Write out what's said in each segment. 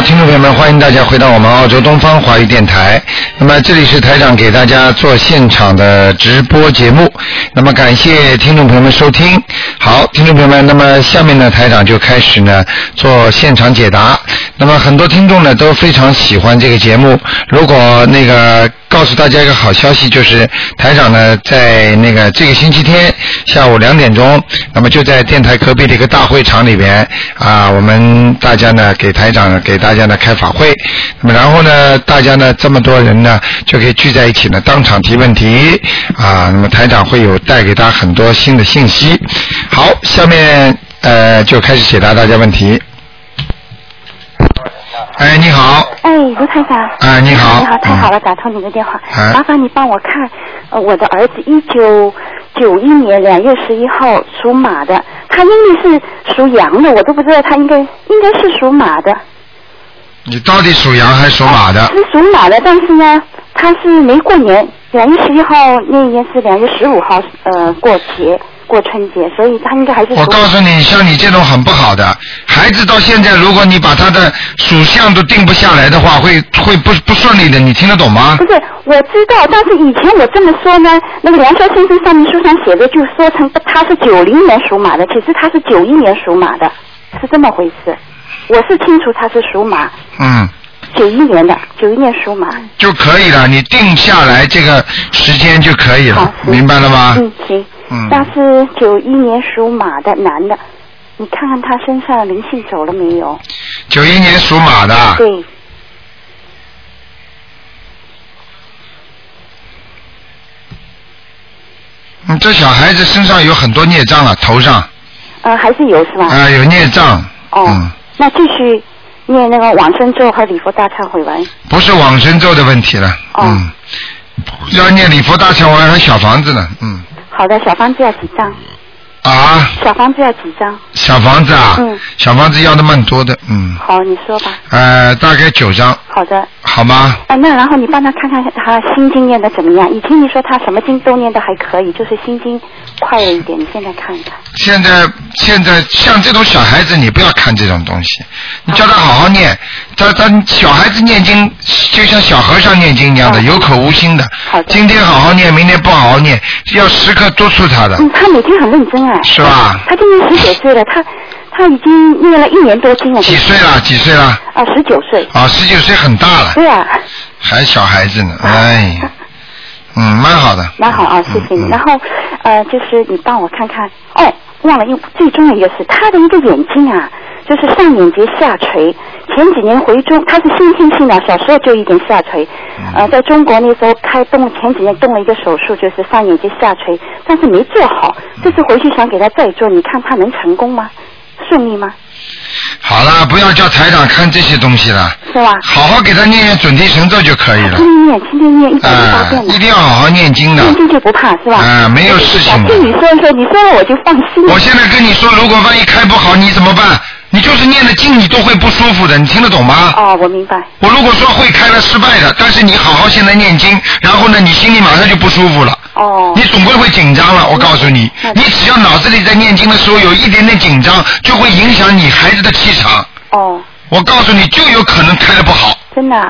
欢迎大家回到我们澳洲东方华语电台。那么这里是台长给大家做现场的直播节目。那么感谢听众朋友们收听。好，听众朋友们，那么下面呢，台长就开始呢做现场解答。那么很多听众呢都非常喜欢这个节目。如果那个告诉大家一个好消息，就是台长呢在那个这个星期天下午两点钟，那么就在电台隔壁的一个大会场里边啊，我们大家呢给台长给大家呢开法会，那么然后呢大家呢这么多人呢就可以聚在一起呢当场提问题啊，那么台长会有带给大家很多新的信息。好，下面呃就开始解答大家问题。哎，你好，哎，卢台长。哎你好你好，太嗯好了，打通你的电话。哎麻烦你帮我看，呃，我的儿子一九九一年两月十一号属马的，他阴历是属羊的，我都不知道他应该应该是属马的。哎你到底属羊还是属马的？是属马的，但是呢，他是没过年，两月十一号那一年是两月十五号，呃，过节过春节，所以他应该还是属我告诉你，像你这种很不好的孩子，到现在如果你把他的属相都定不下来的话，会会不不顺利的。你听得懂吗不？是，我知道，但是以前我这么说呢，那个梁硕先生上面书上写的，就说成他是九零年属马的，其实他是九一年属马的，是这么回事。我是清楚他是属马，嗯，九一年的，九一年属马。就可以了。你定下来这个时间就可以好了，，行明白了吗？嗯，行。嗯他是九一年属马的男的，你看看他身上灵性走了没有？九一年属马的，对，你嗯这小孩子身上有很多孽障了，头上啊、呃，还是有是吧？有孽障。哦，嗯，那继续念那个往生咒和礼佛大忏悔文。不是往生咒的问题了。哦嗯，要念礼佛大忏悔和小房子呢。嗯，好的，小房子要几张？啊，小房子要几张？小房子啊，嗯小房子要的蛮多的，嗯，好，你说吧。呃，大概九张，好的，好吗？哎，那然后你帮他看看他心经念的怎么样？以前你说他什么经都念的还可以，就是心经快了一点。你现在看一看，现在现在像这种小孩子，你不要看这种东西，你叫他好好念，他他小孩子念经就像小和尚念经一样的，嗯有口无心的好。的今天好好念，明天不好好念，要时刻督促他的。嗯，他每天很认真哎。是吧他今年十九岁了，他他已经念了一年多经了。几岁了？几岁了？啊，十九岁。啊，十九岁很大了，对啊。还小孩子呢，哎，嗯，蛮好的。蛮好啊，谢谢你。嗯嗯然后呃，就是你帮我看看，哦，忘了用最重要一个是他的一个眼睛啊，就是上眼睫下垂。前几年回中，他是先天性的，小时候就有一点下垂。嗯呃，在中国那时候开动，前几年动了一个手术，就是上眼睫下垂，但是没做好。这次回去想给他再做，你看他能成功吗？顺利吗？好了，不要叫台长看这些东西了。是吧？好好给他念念准提神咒就可以了天。天念，天天念一百零八啊、遍呢一定要好好念经的。念经就不怕是吧？啊没有事情的听你说一说，你说了我就放心了。我现在跟你说，如果万一开不好，你怎么办？你就是念了经，你都会不舒服的，你听得懂吗？哦，我明白。我如果说会开了失败的，但是你好好现在念经，然后呢，你心里马上就不舒服了。哦，你总归会紧张了，我告诉你那，你只要脑子里在念经的时候有一点点紧张，就会影响你孩子的气场。哦，我告诉你，就有可能开的不好。真的、啊，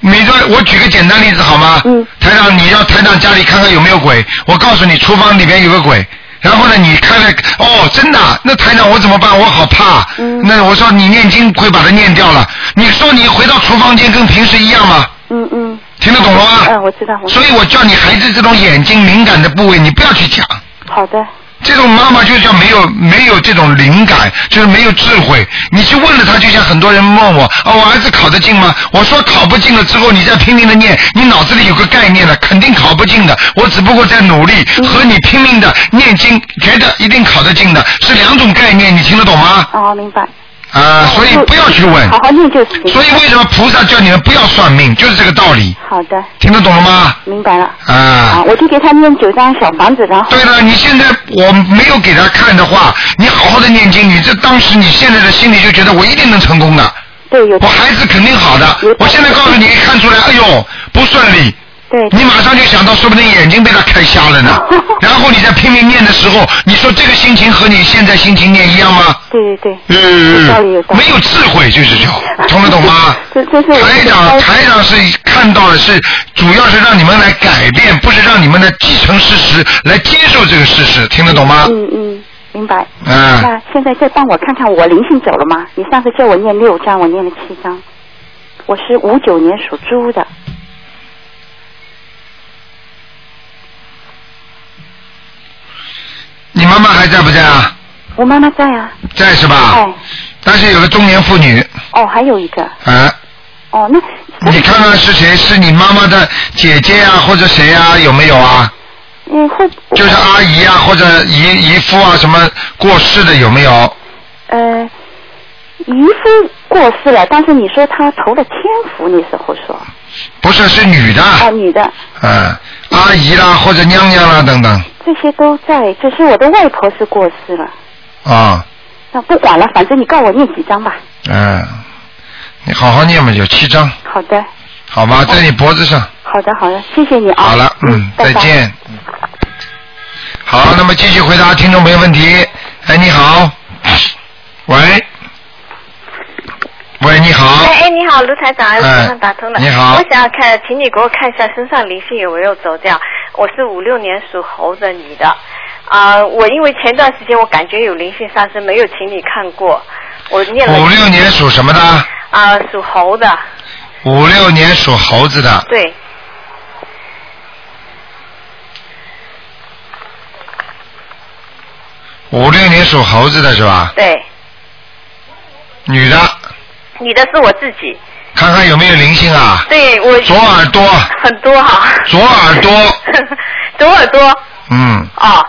你说我举个简单例子好吗？嗯台长，你让台长家里看看有没有鬼。我告诉你，厨房里边有个鬼。然后呢，你开了，哦，真的啊，那台长我怎么办？我好怕。嗯那我说你念经会把它念掉了。你说你回到厨房间跟平时一样吗？嗯嗯，听得懂了吗？嗯，我知道，我知啊所以我叫你孩子这种眼睛敏感的部位，你不要去讲。道好的，这种妈妈就叫没有没有这种灵感，就是没有智慧。你去问了她，就像很多人问我啊，我儿子考得进吗？我说考不进了之后，你再拼命的念，你脑子里有个概念了，肯定考不进的。我只不过在努力嗯和你拼命的念经，觉得一定考得进的，是两种概念，你听得懂吗？哦，明白。啊、所以嗯就不要去问好。好念就行。所以为什么菩萨叫你们不要算命，就是这个道理，好的，听得懂了吗？明白了。啊、啊，我就给他念九张小房子，然后对了，你现在我没有给他看的话，你好好的念经，你这当时你现在的心里就觉得我一定能成功的，对有我孩子肯定好的有道理。我现在告诉你，一看出来，哎呦，不顺利，对，你马上就想到，说不定眼睛被他开瞎了 呢。然后你在拼命念的时候，你说这个心情和你现在心情念一样吗？对对对，嗯有道理有道理没有智慧就是 叫，懂得懂吗？这这是我台长，台长是看到的是，主要是让你们来改变，不是让你们来继承事实，来接受这个事实，听得懂吗？嗯嗯，明白。嗯，那现在再帮我看看我灵性走了吗？你上次叫我念六章，我念了七章。我是五九年属猪的，你妈妈还在不在啊？我妈妈在啊。在是吧？哎，但是有个中年妇女，哦，还有一个，啊，哦，那你看看是谁？是你妈妈的姐姐啊，或者谁啊？有没有啊？嗯会就是阿姨啊，或者姨姨夫啊，什么过世的有没有？呃，姨夫过世了，但是你说他投了天福，你时候 说不是，是女的，啊，女的嗯，阿姨啦，或者娘娘啦等等，这些都在，只是我的外婆是过世了。啊，那不管了，反正你告我念几张吧。嗯，你好好念吧，有七张，好的，好吧，在你脖子上。好的，好的，谢谢你啊。好了，嗯，再拜拜见。嗯好，那么继续回答听众朋友问题。哎，你好，喂，喂，你好，哎哎，你好，卢台长，哎，我哎马上打通了。你好我想要看，请你给我看一下身上灵性有没有走掉。我是五六年属猴的女的，啊、我因为前段时间我感觉有灵性上升，没有请你看过，我念了五六年属什么的？啊、属猴的，五六年属猴子的，对，五六年属猴子的是吧？对，女的，你的是我自己，看看有没有灵性啊？对我左耳朵，很多哈、左耳朵， 左耳朵嗯，哦，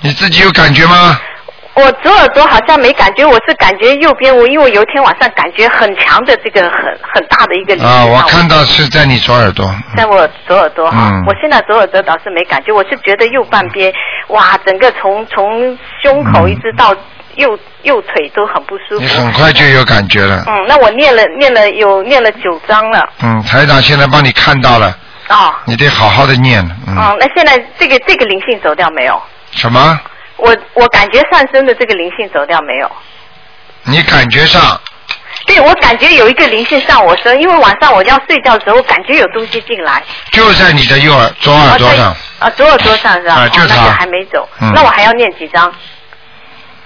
你自己有感觉吗？我左耳朵好像没感觉，我是感觉右边，我因为我有一天晚上感觉很强的这个很很大的一个灵性啊，我上看到是在你左耳朵。在我左耳朵哈、嗯我现在左耳朵倒是没感觉，我是觉得右半边，哇，整个从从胸口一直到右、右腿都很不舒你服。很快就有感觉了。嗯，那我念了念了有念了九章了嗯，台长现在帮你看到了，啊，你得好好的念了。嗯嗯，那现在这个这个灵性走掉没有？什么？我我感觉上升的这个灵性走掉没有？你感觉上对，我感觉有一个灵性上我身，因为晚上我要睡觉的时候，感觉有东西进来。就在你的右耳左耳朵上啊，在啊，左耳朵上是吧？啊就是哦那它就还没走、嗯那我还要念几张？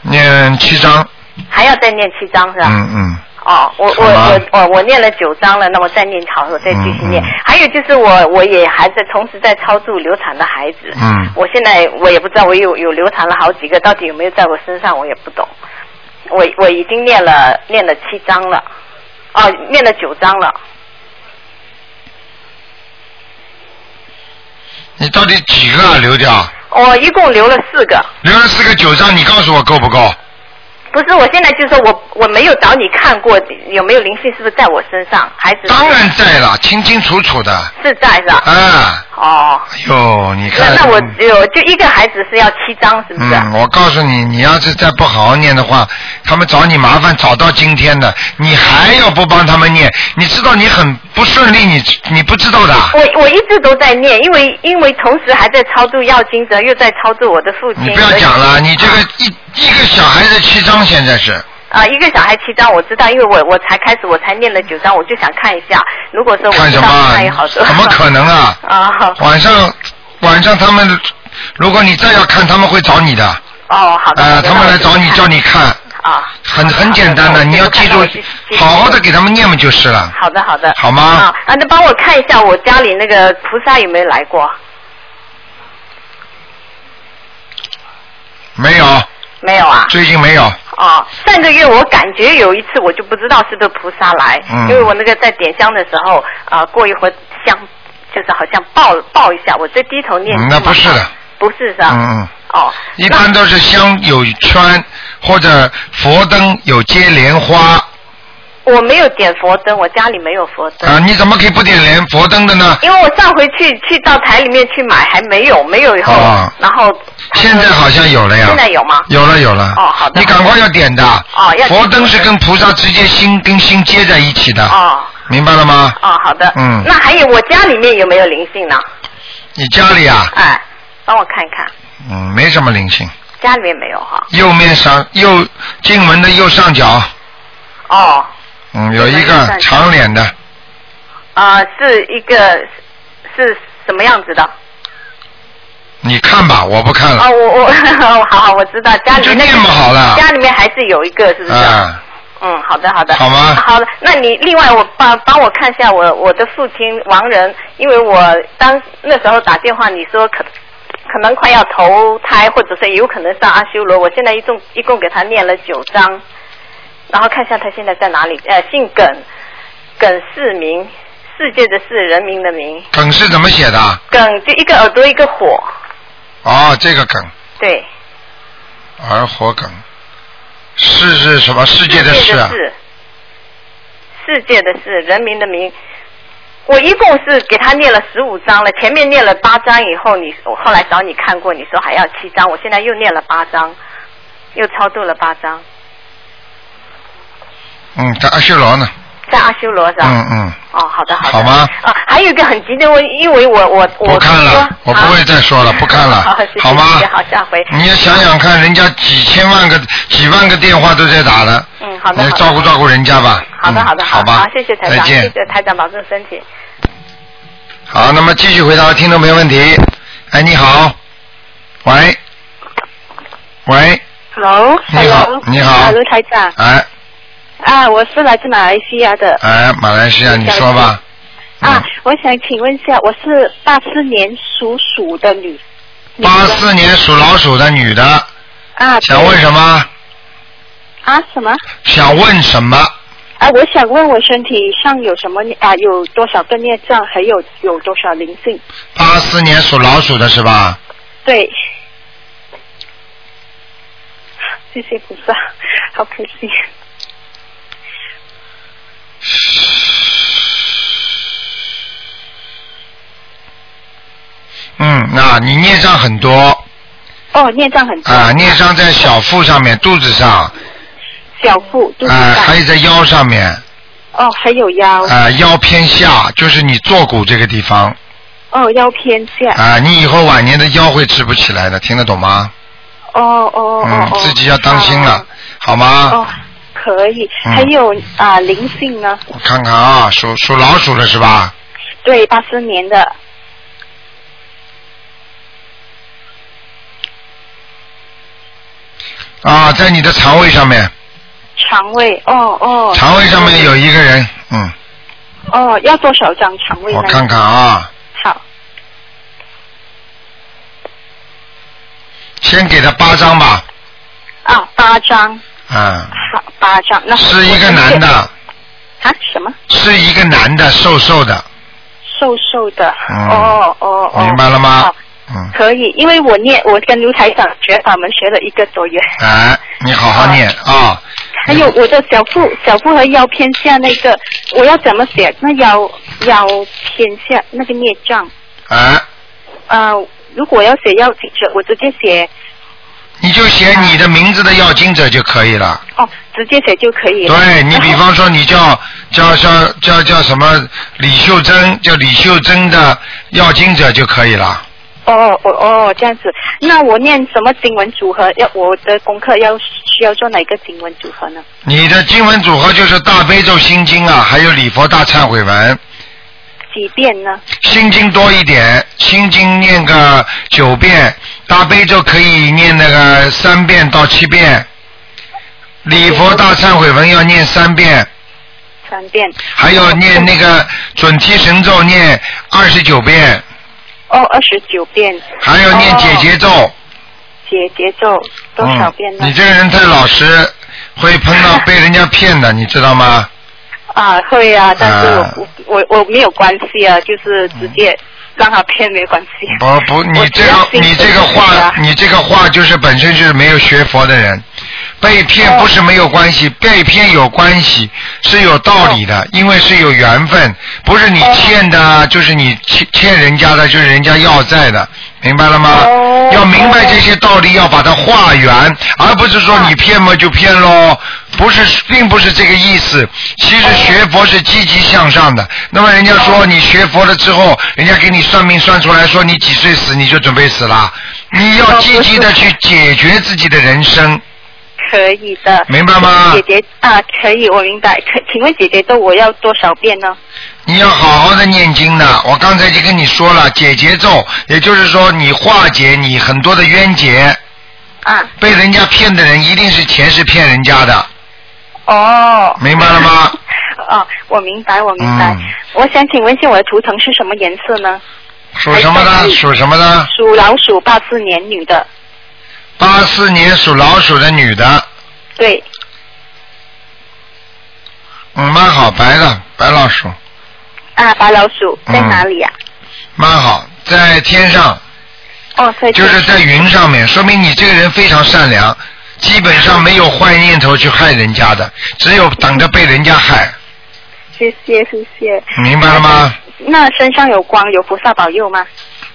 念七章。还要再念七张是啊吧？嗯嗯，哦，我我好吧我我我念了九章了，那我再念好，我再继续念。嗯嗯还有就是我我也还在同时在超度流产的孩子。嗯我现在我也不知道我有有流产了好几个，到底有没有在我身上我也不懂。我我已经念了念了七章了，哦，念了九章了。你到底几个啊留掉？我、一共留了四个，留了四个九章，你告诉我够不够？不是，我现在就说我我没有找你看过有没有灵性，是不是在我身上？还是当然在了，清清楚楚的。是在是吧？啊，哦，哎呦，你那看。那我只有就一个孩子是要七张，是不是？嗯，我告诉你，你要是再不好好念的话，他们找你麻烦，找到今天的，你还要不帮他们念，你知道你很不顺利，你你不知道的。我我一直都在念，因为因为同时还在超度药精者，又在超度我的父亲。你不要所以讲了，你这个一一个小孩子七张现在是，啊、一个小孩七张，我知道，因为我我才开始，我才念了九张，我就想看一下，如果嗯说我看知什道么啊那也好？多。怎么 可能啊？啊？晚上晚上他们，如果你再要看，他们会找你的，哦，好的。呃，他们来找你叫你你看，啊。很很简单的，你要记住，好好的给他们念嘛就是了。好的，好的。好吗啊啊，那帮我看一下我家里那个菩萨有没有来过？没有，没有啊。最近没有，哦，上个月我感觉有一次，我就不知道是不是菩萨来，嗯因为我那个在点香的时候，啊、过一会儿香就是好像爆爆一下，我就低头念嗯经嘛、那不是的，不是是吧？嗯嗯。哦，一般都是香有圈，或者佛灯有接莲花那我没有点佛灯，我家里没有佛灯。啊，你怎么可以不点莲佛灯的呢？因为我上回去去到台里面去买还没有，没有以后，哦然后现在好像有了呀。现在有吗？有了有了。哦好的你赶快要点的。哦要点佛灯是跟菩萨直接心跟心接在一起的。哦，明白了吗？哦，好的。嗯那还有我家里面有没有灵性呢？你家里啊，哎，帮我看一看，嗯，没什么灵性，家里面没有哈。右面上右进门的右上角，哦，嗯，有一右个上角长脸的，啊、是一个是什么样子的？你看吧，我不看了啊哦，。我 我好好我知道家嗯里就面那念个不好了家里面还是有一个是不是？啊，嗯，好的好的。好吗好的，那你另外我帮帮我看一下我我的父亲王仁，因为我当那时候打电话你说可可能快要投胎，或者是有可能上阿修罗，我现在一共一共给他念了九章，然后看一下他现在在哪里。呃，姓耿，耿世民，世界的世，人民的民，梗是怎么写的？耿就一个耳朵一个火，哦，这个梗，对，儿火梗，世是什么？世世界的世啊。世，世界的事，人民的民。我一共是给他念了十五章了，前面念了八章以后，你我后来找你看过，你说还要七章，我现在又念了八章，又超度了八章，嗯，在阿修罗呢。在阿修罗是吧？嗯嗯，哦，好的好的。好吗啊，还有一个很急的问，因为我我啊我不看了，我不会再说了，不看了， 好，谢谢吗谢谢好，下回。你要想想看，人家几千万个、几万个电话都在打了，嗯，好的。你好的照顾照顾人家吧。好的嗯好的好吧好，谢谢台再长，见谢谢台长，保重身体。好，那么继续回答听众朋友问题。哎，你好，喂，喂， Hello，你好你啊好 Hello，台长哎啊，我是来自马来西亚的哎，马来西亚，你说吧。嗯啊，我想请问一下，我是八四年属鼠的女，女的八四年属老鼠的女的，啊，想问么什么？啊？什么？想问什么？啊，我想问我身体上有什么啊？有多少个孽障？还有有多少灵性？八四年属老鼠的是吧？对，谢谢菩萨，好可惜。嗯，那你孽障很多哦，孽障很多啊，孽障在小腹上面、肚子上啊、小腹、肚子上，还有在腰上面哦，还有腰，啊，腰偏下，就是你坐骨这个地方哦，腰偏下，啊，你以后晚年的腰会直不起来的，听得懂吗？哦哦哦嗯，哦，自己要当心啊了，好吗哦？，可以。嗯还有啊，灵性呢？我看看啊，属属老鼠的是吧？对，八四年的嗯啊，在你的肠胃上面，肠胃，哦哦。肠胃上面有一个人，嗯，哦，要多少张肠胃呢？我看看啊，好，先给他八张吧，啊，八张，啊，好，八张。那是一个男的，啊？什么？是一个男的，瘦瘦的，瘦瘦的。嗯哦哦哦。明白了吗好？嗯，可以，因为我念，我跟卢台长学法门学了一个多月，哎，你好好念啊，还有我的小腹、小腹和腰偏下那个，我要怎么写？那腰腰偏下那个孽障，哎，呃，如果要写要记者，我直接写你就写你的名字的要经者就可以了。啊哦，直接写就可以了。对你，比然后方说你 叫叫叫叫叫什么李秀珍，叫李秀珍的要经者就可以了。哦哦哦，这样子。那我念什么经文组合？要我的功课要需要做哪个经文组合呢？你的经文组合就是大悲咒心经啊，还有礼佛大忏悔文，几遍呢？心经多一点，心经念个九遍，大悲咒可以念那个三遍到七遍，礼佛大忏悔文要念三遍，三遍。还有念那个准提神咒念二十九遍，哦，二十九遍。还有念解结咒。解节奏哦多少遍呢嗯？？你这个人太老实，会碰到被人家骗的，你知道吗？啊，会啊，但是我、啊嗯我我我没有关系啊，就是直接让他骗没关系。不不，你我这只要个信你这个自己话啊，你这个话就是本身就是没有学佛的人，被骗哦不是没有关系，被骗有关系是有道理哦的，因为是有缘分，不啊是你欠的，就是你欠欠人家的，就是人家要债的，明白了吗？哦哦要明白这些道理，要把它化缘，而不是啊说你骗嘛就骗喽，不是，并不是这个意思。其哦实学佛是积极向上的。那么人家说你学佛了之后，人家给你算命算出来说你几岁死，你就准备死了。你哦要积极的去解决自己的人生，可以的。明白吗姐姐啊，可以，我明白。可请问姐姐咒我要多少遍呢？你要好好的念经的。我刚才就跟你说了，解结咒，也就是说你化解你很多的冤结，啊，被人家骗的人一定是前世骗人家的，哦。明白 了吗？哦，我明白，我明白。嗯我想请问一下，我的图腾是什么颜色呢？属什么还的？可以属什么的？属老鼠，八四年女的。八四年属老鼠的女的，对，嗯，蛮好，白的，白老鼠，啊，白老鼠嗯在哪里啊呀、蛮好，在天上，哦，在这就里是在云上面，说明你这个人非常善良，基本上没有坏念头去害人家的，只有等着被人家害，谢谢谢谢。明白了吗？那身上有光，有菩萨保佑吗？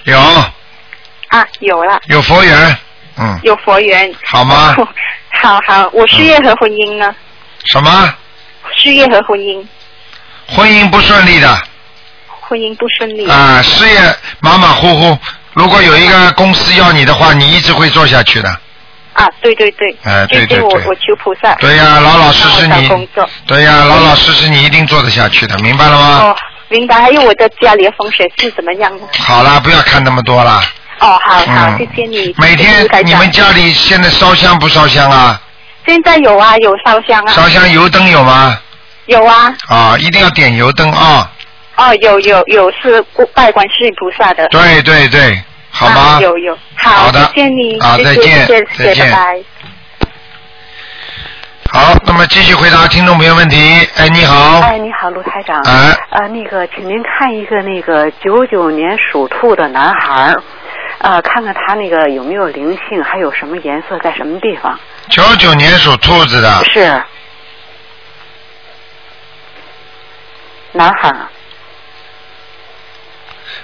有啊，有了，有佛缘，嗯，有佛缘。好吗？ 哦好好，我事业和婚姻呢？什么？事业和婚姻，婚姻不顺利的婚姻不顺利。啊，事业马马虎虎。如果有一个公司要你的话，你一直会做下去的。啊，对对对，哎对最近对我对我求菩萨，对呀、老老实实让我你找工作。对呀、老老实实你一定做得下去的，明白了吗？嗯哦，明白。还有我的家里的风水是怎么样的？好啦，不要看那么多啦。哦，好好，嗯，谢谢你。每谢谢天台长你们家里现在烧香不烧香啊？现在有啊，有烧香啊，烧香油灯有吗？有啊，啊，一定要点油灯啊！哦，有有有是拜观世音菩萨的，对对对，好吗？啊有有，好的谢谢你，好谢谢再谢谢见再谢谢，见拜拜。好，那么继续回答听众朋友问题。哎，你好，哎，你好，卢台长。哎呃，那个，请您看一个那个九九年属兔的男孩儿，呃，看看他那个有没有灵性，还有什么颜色，在什么地方？九九年属兔子的，是男孩儿。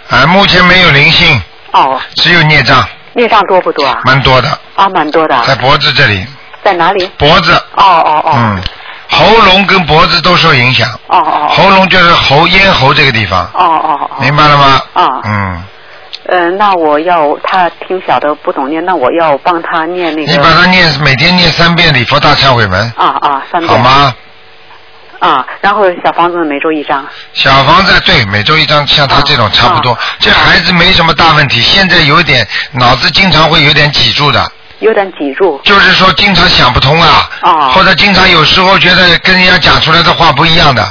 啊，目前没有灵性，哦，只有孽障，孽障多不多啊？蛮多的，啊，蛮多的。在脖子这里，在哪里？脖子，哦哦哦。嗯，喉咙跟脖子都受影响，哦哦哦喉咙就是喉咽喉这个地方，哦哦哦。明白了吗？啊嗯，呃，那我要他挺小的不懂念，那我要帮他念那你把个。它念，每天念三遍礼佛大忏悔文，啊啊，三遍。好？吗？啊，然后小房子每周一张。小房子对，每周一张，像他这种差不多啊。这孩子没什么大问题，现在有点脑子经常会有点脊柱的，有点脊柱。就是说经常想不通啊，哦或者经常有时候觉得跟人家讲出来的话不一样的，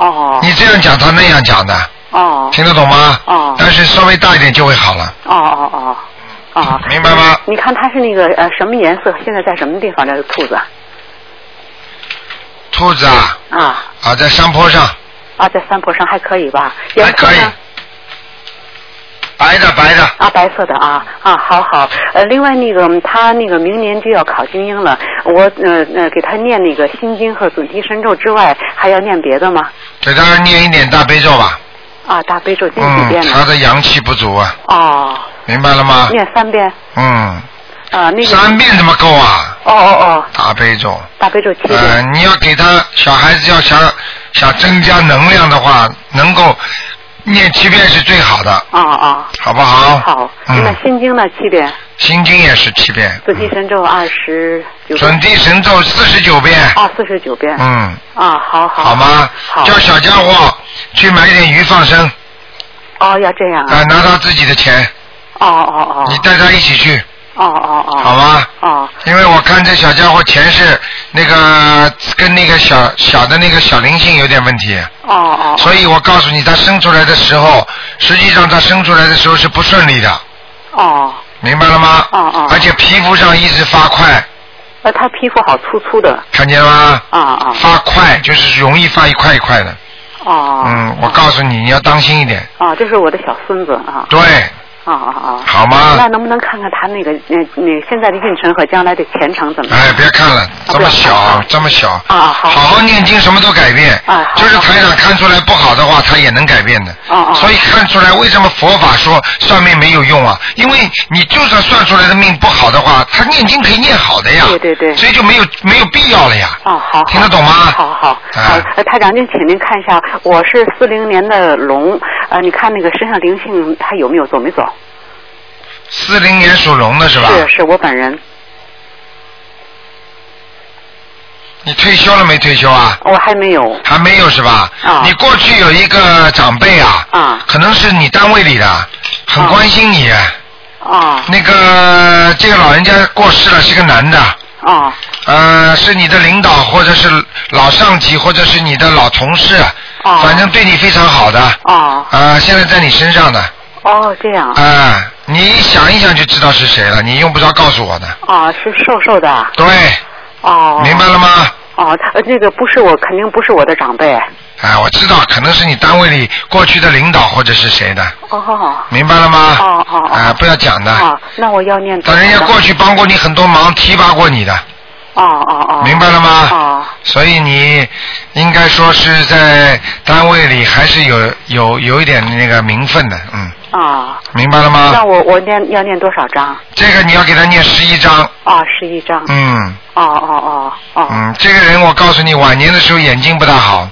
哦你这样讲他那样讲的，哦听得懂吗？哦但是稍微大一点就会好了。哦哦哦嗯哦，明白吗你看它是那个呃什么颜色？现在在什么地方？这个兔子兔子啊，啊啊，在山坡上，啊，在山坡上还可以吧？颜还色可以呢？，白的白的，啊，白色的啊啊，好好。呃，另外那个嗯他那个明年就要考精英了，我呃呃给他念那个心经和准提神咒之外，还要念别的吗？给他念一点大悲咒吧。啊，大悲咒念几嗯遍，呢他？的阳气不足啊，哦，明白了吗？念三遍嗯，啊，那个啊三遍怎么够啊？哦哦哦，大悲咒，大悲咒七遍。呃，你要给他小孩子要想想增加能量的话，能够念七遍是最好的，啊啊，好不好？好，那嗯，心经呢七遍，心经也是七遍，准提神咒二十九准遍，提神咒四十九遍，啊四十九遍，嗯，啊好好，好？吗？好叫小家伙去买点鱼放生，啊、哦要这样啊，拿他自己的钱，哦哦哦，嗯你带他一起去，哦哦哦，好吗？哦因为我看这小家伙前世那个跟那个小小的那个小灵性有点问题，哦哦，所以我告诉你，他生出来的时候，实际上他生出来的时候是不顺利的，哦，明白了吗？哦哦而且皮肤上一直发块，那哎他皮肤好粗粗的，看见了吗？啊啊发块就是容易发一块一块的。哦，嗯嗯，我告诉你，你要当心一点。啊这是我的小孙子啊对，啊啊啊啊！好吗那能不能看看他那个呃那个现在的运程和将来的前程怎么样？哎，别看了，这么小，这么小，啊好好好念经，什么都改变啊。好就是台长看出来不好的话，他也能改变的。哦哦所以看出来为什么佛法说算命没有用啊？因为你就算算出来的命不好的话，他念经可以念好的呀。对对对所以就没有没有必要了呀。哦，好，听得懂吗好好好啊，呃，台长，您请您看一下，我是四零年的龙，呃，你看那个身上灵性还有没有走没走？四零年属龙的是吧？是是我本人，你退休了没退休啊？我还没有还没有是吧？啊你过去有一个长辈啊，啊可能是你单位里的，很啊关心你。啊那个这个老人家过世了，是个男的，啊呃，是你的领导或者是老上级或者是你的老同事，哦反正对你非常好的，哦呃，现在在你身上的，哦，这样啊、你想一想就知道是谁了，你用不着告诉我的，啊，是瘦瘦的对，哦，明白了吗？哦，他呃，这个不是我，肯定不是我的长辈哎，我知道，可能是你单位里过去的领导或者是谁的，哦明白了吗？哦哦哦哎、不要讲的，哦，那我要念多但少人家张过去帮过你很多忙，提拔过你的，哦哦哦，明白了啊吗？哦所以你应该说是在单位里还是有有有一点那个名分的，嗯，哦，明白了那吗？我我念要念多少张？这个你要给他念十一章，哦，十一张。嗯哦哦哦哦嗯，这个人我告诉你，晚年的时候眼睛不大好，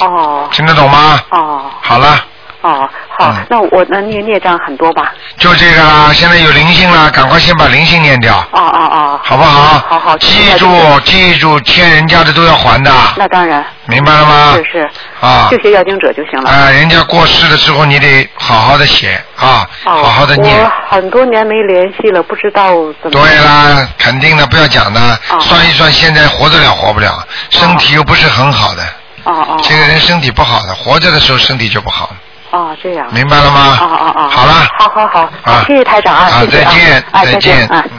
哦听得懂吗？哦好了，哦，好嗯，那我那念孽障很多吧？就这个啦，现在有灵性啦，赶快先把灵性念掉，哦哦哦，好不好？好好，记那就住是，记住，欠人家的都要还的，那当然，明白了吗？是是，啊就。写要经者就行了。啊、人家过世的时候，你得好好的写啊，哦，好好的念。我很多年没联系了，不知道怎么。对。啦，肯定的，不要讲的。哦算一算，现在活得了活不了，身体又不是很好的。哦哦这个人身体不好的，活着的时候身体就不好，哦，这样。明白了吗？哦哦哦。好了。好好好，啊谢谢台长啊，谢谢再见，啊，再见。啊。嗯。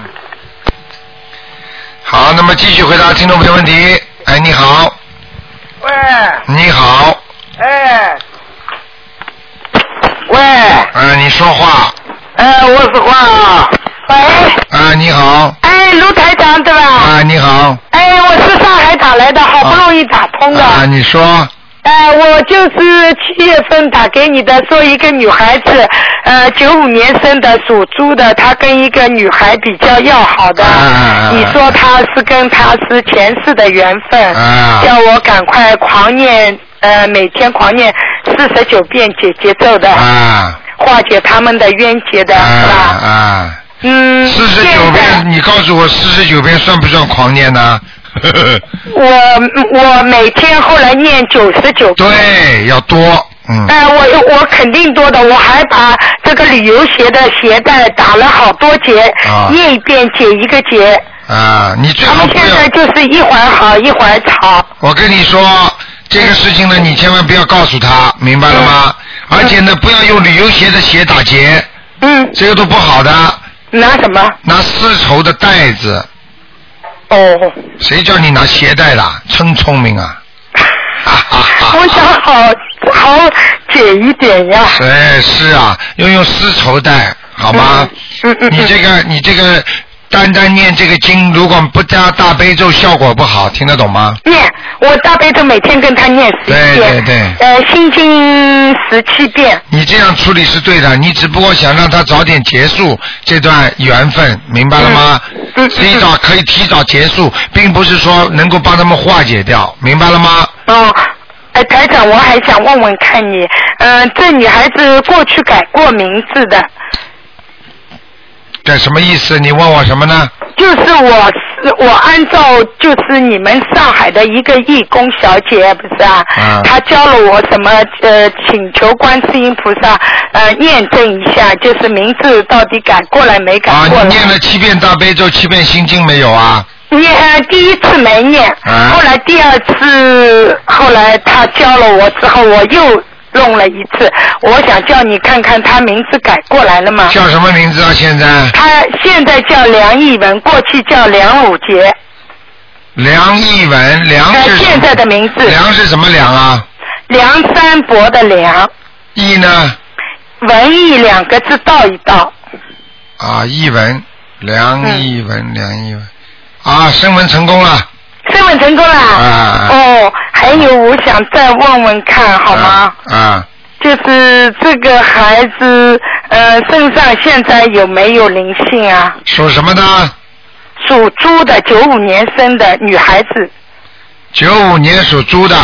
好，那么继续回答听众朋友问题。哎，你好，喂，你好，哎，喂，呃，你说话，哎，我是话。喂，啊，你哦好，哎，卢台长对吧？啊，你好，哎，我是上海打来的，好不容易打通的。啊，你说，哎，我就是七月份打给你的，说一个女孩子，呃，九五年生的，属猪的，她跟一个女孩比较要好的，啊你说她是跟她是前世的缘分，啊叫我赶快狂念，呃，每天狂念四十九遍解结咒的，啊，化解他们的冤结的，啊是吧？啊。嗯，四十九现在遍，你告诉我四十九遍算不算狂念呢？ 我我每天后来念九十九遍。对，要多，嗯，哎，我我肯定多的，我还把这个旅游鞋的鞋带打了好多结，啊念一遍解一个结。啊，你最他好哎们不现在要。就是一会儿好一会儿吵。我跟你说，这个事情嗯呢，你千万不要告诉他，明白了吗？而且呢，不要用旅游鞋的鞋打结，嗯，这个都不好的。拿什么？拿丝绸的带子，哦，谁叫你拿鞋带的？真聪明啊！ 我想好好解一点呀。哎，是啊，要用丝绸带，好吗？嗯嗯嗯你这个，你这个，单单念这个经，如果不加大悲咒，效果不好，听得懂吗？念，我大悲咒每天跟他念十对一对遍，对呃，心经十七遍，你这样处理是对的，你只不过想让他早点结束这段缘分，明白了吗？嗯嗯提早可以提早结束，并不是说能够帮他们化解掉，明白了吗？哦，哎，台长，我还想问问看你，嗯、这女孩子过去改过名字的，这什么意思？你问我什么呢？就是我是我按照就是你们上海的一个义工小姐不是啊，嗯她教了我怎么呃请求观世音菩萨呃验证一下，就是名字到底改过来没改啊，过来。你念了七遍大悲咒，七遍心经没有啊？念呃第一次没念，啊后来第二次，后来他教了我之后，我又弄了一次。我想叫你看看他名字改过来了吗？叫什么名字啊？现在他现在叫梁艺文，过去叫梁武杰，梁一文，梁呃是什么现在的名字梁是什么梁啊？梁山伯的梁，义呢？文艺两个字道一道，啊，译文，梁译文，梁译文，啊，升文成功了，申问成功啦。啊哦，还有我想再问问看好吗？啊啊，就是这个孩子，呃，身上现在有没有灵性啊？属什么的？属猪的，九五年生的女孩子，九五年属猪的，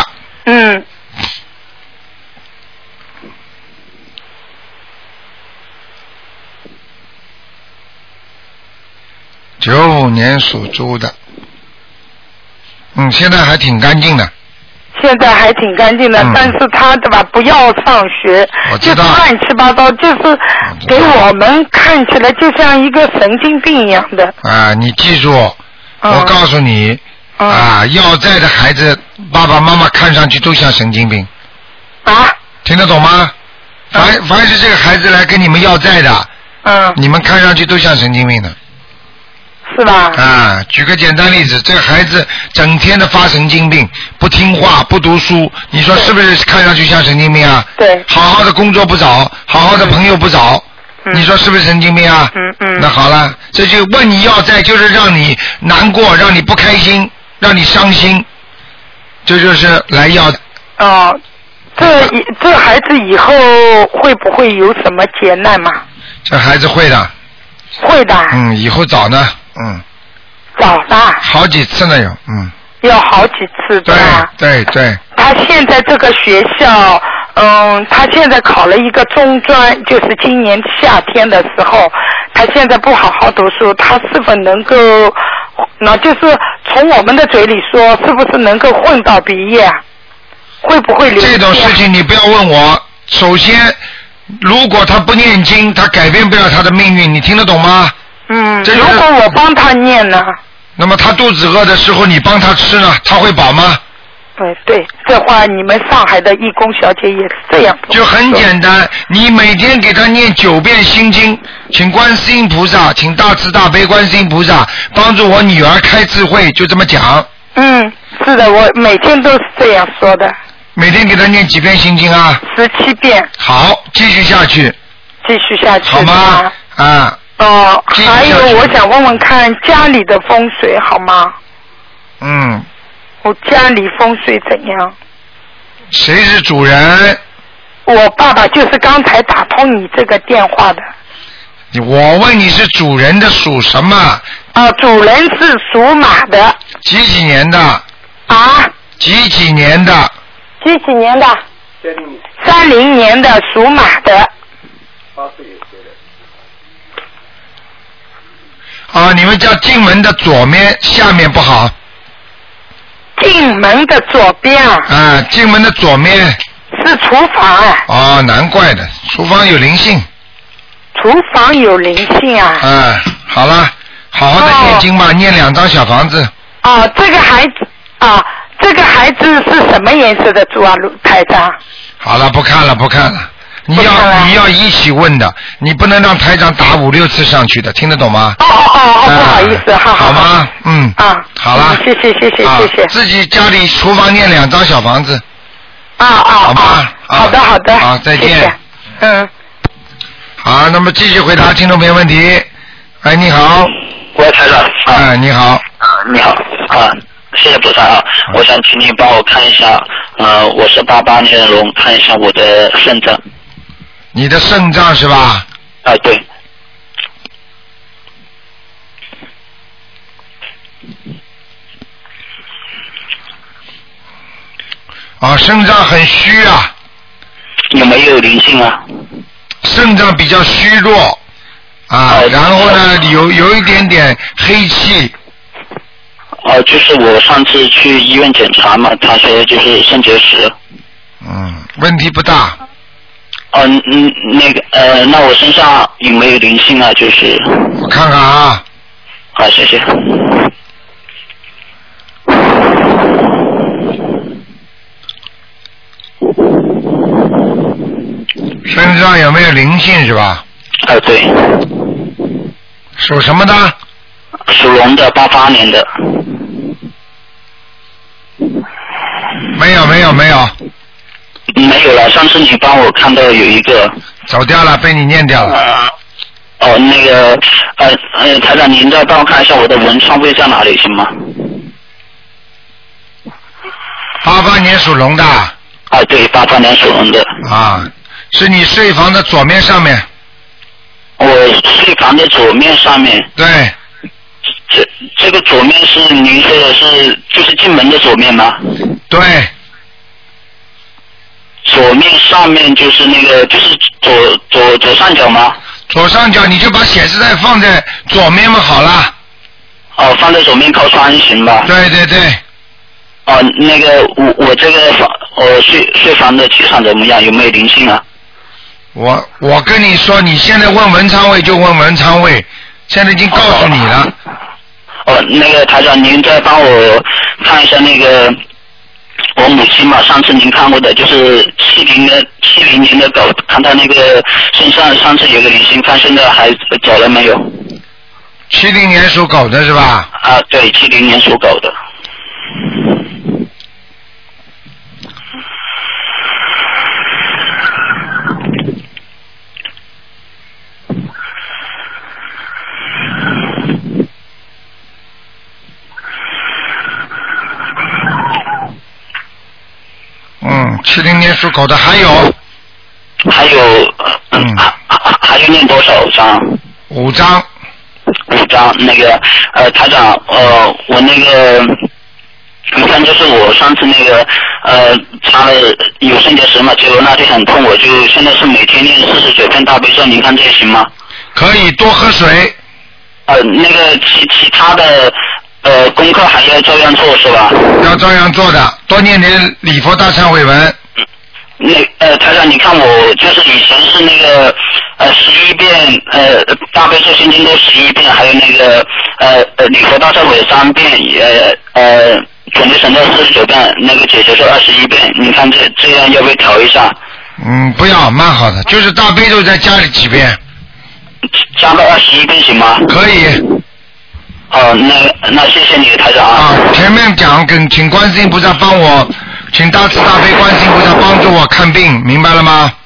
嗯，九五年属猪的，嗯，现在还挺干净的，现在还挺干净的，嗯但是她对吧，不要上学我，知就是道乱七八糟，就是给我们看起来就像一个神经病一样的。啊，你记住，嗯、我告诉你，嗯啊，要债的孩子，爸爸妈妈看上去都像神经病，啊，听得懂吗？凡凡是这个孩子来跟你们要债的，嗯，你们看上去都像神经病的。是吧？啊，举个简单例子，这个孩子整天的发神经病，不听话，不读书，你说是不是看上去像神经病啊？对，好好的工作不找，好好的朋友不找，你说是不是神经病啊？嗯嗯那好了，这就问你要债，就是让你难过，让你不开心，让你伤心，这就是来要哦，这以这孩子以后会不会有什么劫难嘛？这孩子会的，会的，嗯，以后找呢，嗯，早的，好几次呢有，嗯，要好几次的啊对。对对，他现在这个学校，嗯，他现在考了一个中专，就是今年夏天的时候，他现在不好好读书，他是否能够，那就是从我们的嘴里说，是不是能够混到毕业啊？会不会留级啊这种事情你不要问我。首先，如果他不念经，他改变不了他的命运，你听得懂吗？嗯，这如就是果我帮他念呢？那么他肚子饿的时候，你帮他吃呢，他会饱吗？对对，这话你们上海的义工小姐也是这样说。就很简单，你每天给他念九遍心经，请观世音菩萨，请大慈大悲观世音菩萨帮助我女儿开智慧，就这么讲。嗯，是的，我每天都是这样说的，每天给他念几遍心经啊？十七遍好，继续下去，继续下去。好吗？？啊，哦，继续还有下去我想问问看家里的风水好吗？嗯，我家里风水怎样？谁是主人？我爸爸就是刚才打通你这个电话的。你我问你是主人的属什么？啊，主人是属马的几几年的？啊，几几年的？几几年的？三零年的属马的。啊，你们家进门的左面下面不好进门的左边啊，啊，进门的左面是厨房啊，哦，难怪的，厨房有灵性厨房有灵性啊。啊。好了，好好的哦念经吧，念两张小房子，啊，这个孩子啊，这个孩子是什么颜色的猪啊，卢台长？好了，不看了，不看了。你不看要了你要一起问的，你不能让台长打五六次上去的，听得懂吗？哦哦哦哦，不好意思，啊哈，好吗？嗯，啊，好了嗯谢谢谢谢啊谢谢，自己家里厨房念两张小房子，啊好啊吗啊，啊好的好的，好再见谢谢嗯，好，那么继续回答听众朋友问题。哎，你好，喂，台长啊，哎，你好，你好啊，谢谢菩萨啊，我想请你帮我看一下，呃，我是八八年的龙，看一下我的肾脏你的肾脏是吧？啊，对，啊，肾脏很虚啊，有没有灵性啊？肾脏比较虚弱啊，哦然后呢，有有一点点黑气，哦、就是我上次去医院检查嘛，他说就是肾结石。嗯，问题不大，哦，嗯，那个呃，那我身上有没有灵性啊？就是，我看看啊，好，谢啊谢。身上有没有灵性是吧？啊，对，属什么的？属龙的，八八年的。没有没有没有，没有了，上次你帮我看到有一个走掉了，被你念掉了。呃， 哦，那个呃呃，台长，您再帮我看一下我的文创位在哪里行吗？八八年属龙的啊，对，八八年属龙的，啊，是你睡房的左面上面。我睡房的左面上面，对，这这个左面是您说的是就是进门的左面吗？对，左面上面就是那个就是左左左上角吗？左上角你就把写字台放在左面嘛，好了。哦，放在左面靠窗行吧？对对对，哦，那个我我这个房我睡睡房的气场怎么样？有没有灵性啊？我我跟你说，你现在问文昌位就问文昌位，现在已经 告诉你了。哦，那个台长，您再帮我看一下那个我母亲嘛，上次您看过的，就是七零的七零年的狗，看她那个身上上次有个灵性，看现在还走了没有？七零年属狗的是吧？啊，对，七零年属狗的。嗯，七零年属狗的还有还有，嗯，还还还有念多少张？五张，五张。呃那个呃，台长，呃，我那个，你看，就是我上次那个呃查了有肾结石嘛，结果那天很痛，我就现在是每天念四十九遍大悲咒，您看这行吗？可以多喝水，呃，那个其其他的呃功课还要照样做是吧？要照样做的，多念点礼佛大忏悔文，那呃，台长，你看我就是以前是那个呃十一遍呃大悲咒心经都十一遍，还有那个呃呃礼佛大忏悔三遍，呃呃准提神咒四十九遍，那个解决是二十一遍。你看这这样要不要调一下，嗯，不要，蛮好的，就是大悲咒再加几遍，加到二十一遍行吗？可以哦，那那谢谢你，台长啊。前面讲跟请观世音菩萨帮我，请大慈大悲观世音菩萨帮助我看病，明白了吗？啊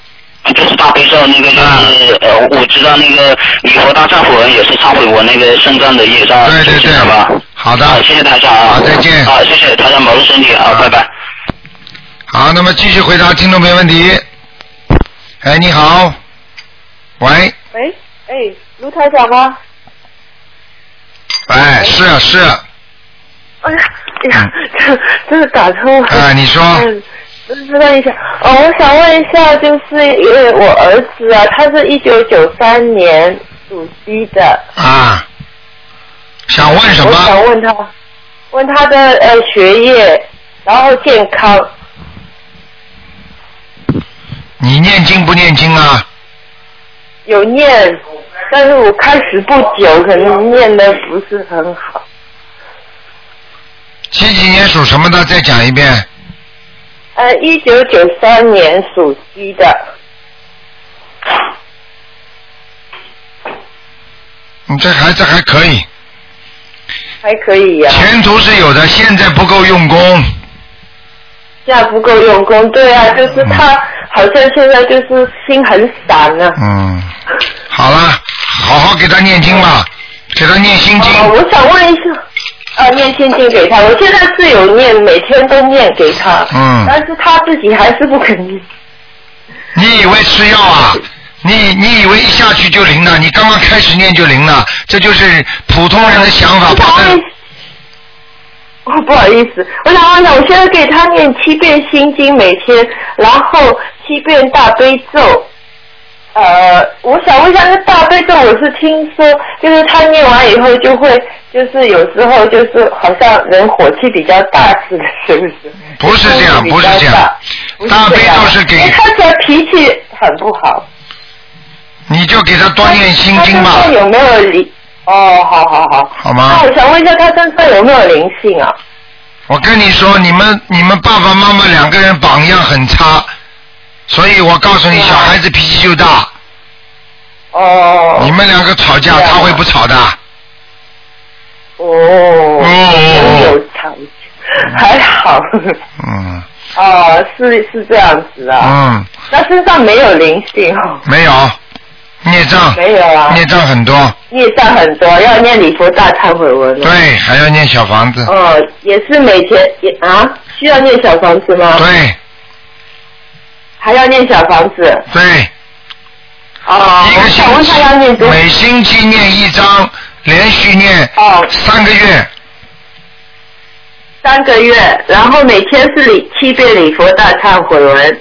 就是大悲咒那个啊就是、呃，我知道那个礼佛大忏悔文也是忏悔我那个肾脏的业障，对对是这样吧？对，好的。好，谢谢台长啊！好再见好，谢谢台长，保重身体啊，拜拜。好，那么继续回答听众朋友问题。哎，你好，喂，喂，哎，卢台长吗？哎，是啊是啊，哎呀，哎呀，这 真是打通了。嗯哎，你说，嗯，知道一下，哦，我想问一下，就是因为我儿子啊，他是一九九三年属鸡的，啊，想问什我想么？问他，问他的呃学业，然后健康，你念经不念经啊？有念，但是我开始不久，可能念的不是很好。几几年属什么的？再讲一遍。呃，一九九三年属鸡的，你嗯这孩子还可以，还可以呀、前途是有的，现在不够用功。现在不够用功，对啊，嗯就是他好像现在就是心很散啊。嗯，好了，好好给他念经吧，给他嗯念心经。哦，我想问一下，啊，念心经给他，我现在是有念，每天都念给他，嗯但是他自己还是不肯念。你以为吃药啊？你你以为一下去就灵了？你刚刚开始念就灵了，这就是普通人的想法。我想问一，嗯哦，不好意思，我想问一下，我现在给他念七遍心经每天，然后七遍大悲咒。呃，我想问一下，那大悲咒我是听说，就是他念完以后就会，就是有时候就是好像人火气比较大似的，是不是？不是这样，不是这样。不是这大样，悲咒是给因为看起来脾气很不好。你就给他多念心经吧他，身上有没有灵？哦，好好好。好吗那？我想问一下，他身上有没有灵性啊？我跟你说，你们你们爸爸妈妈两个人榜样很差，所以我告诉你，对啊小孩子脾气就大。哦。你们两个吵架，对啊他会不吵的。哦。哦有吵，还好。嗯，哦，是是这样子啊。嗯，那身上没有灵性哦，没有，孽障，没有啊，孽障很多，业障很多，要念礼佛大忏悔文哦。对，还要念小房子，哦，也是每天也啊，需要念小房子吗？对还要念小房子。对，哦，一我个想问星他要念期多每星期念一张，连续念哦三个月，三个月，然后每天是礼七遍礼佛大忏悔文，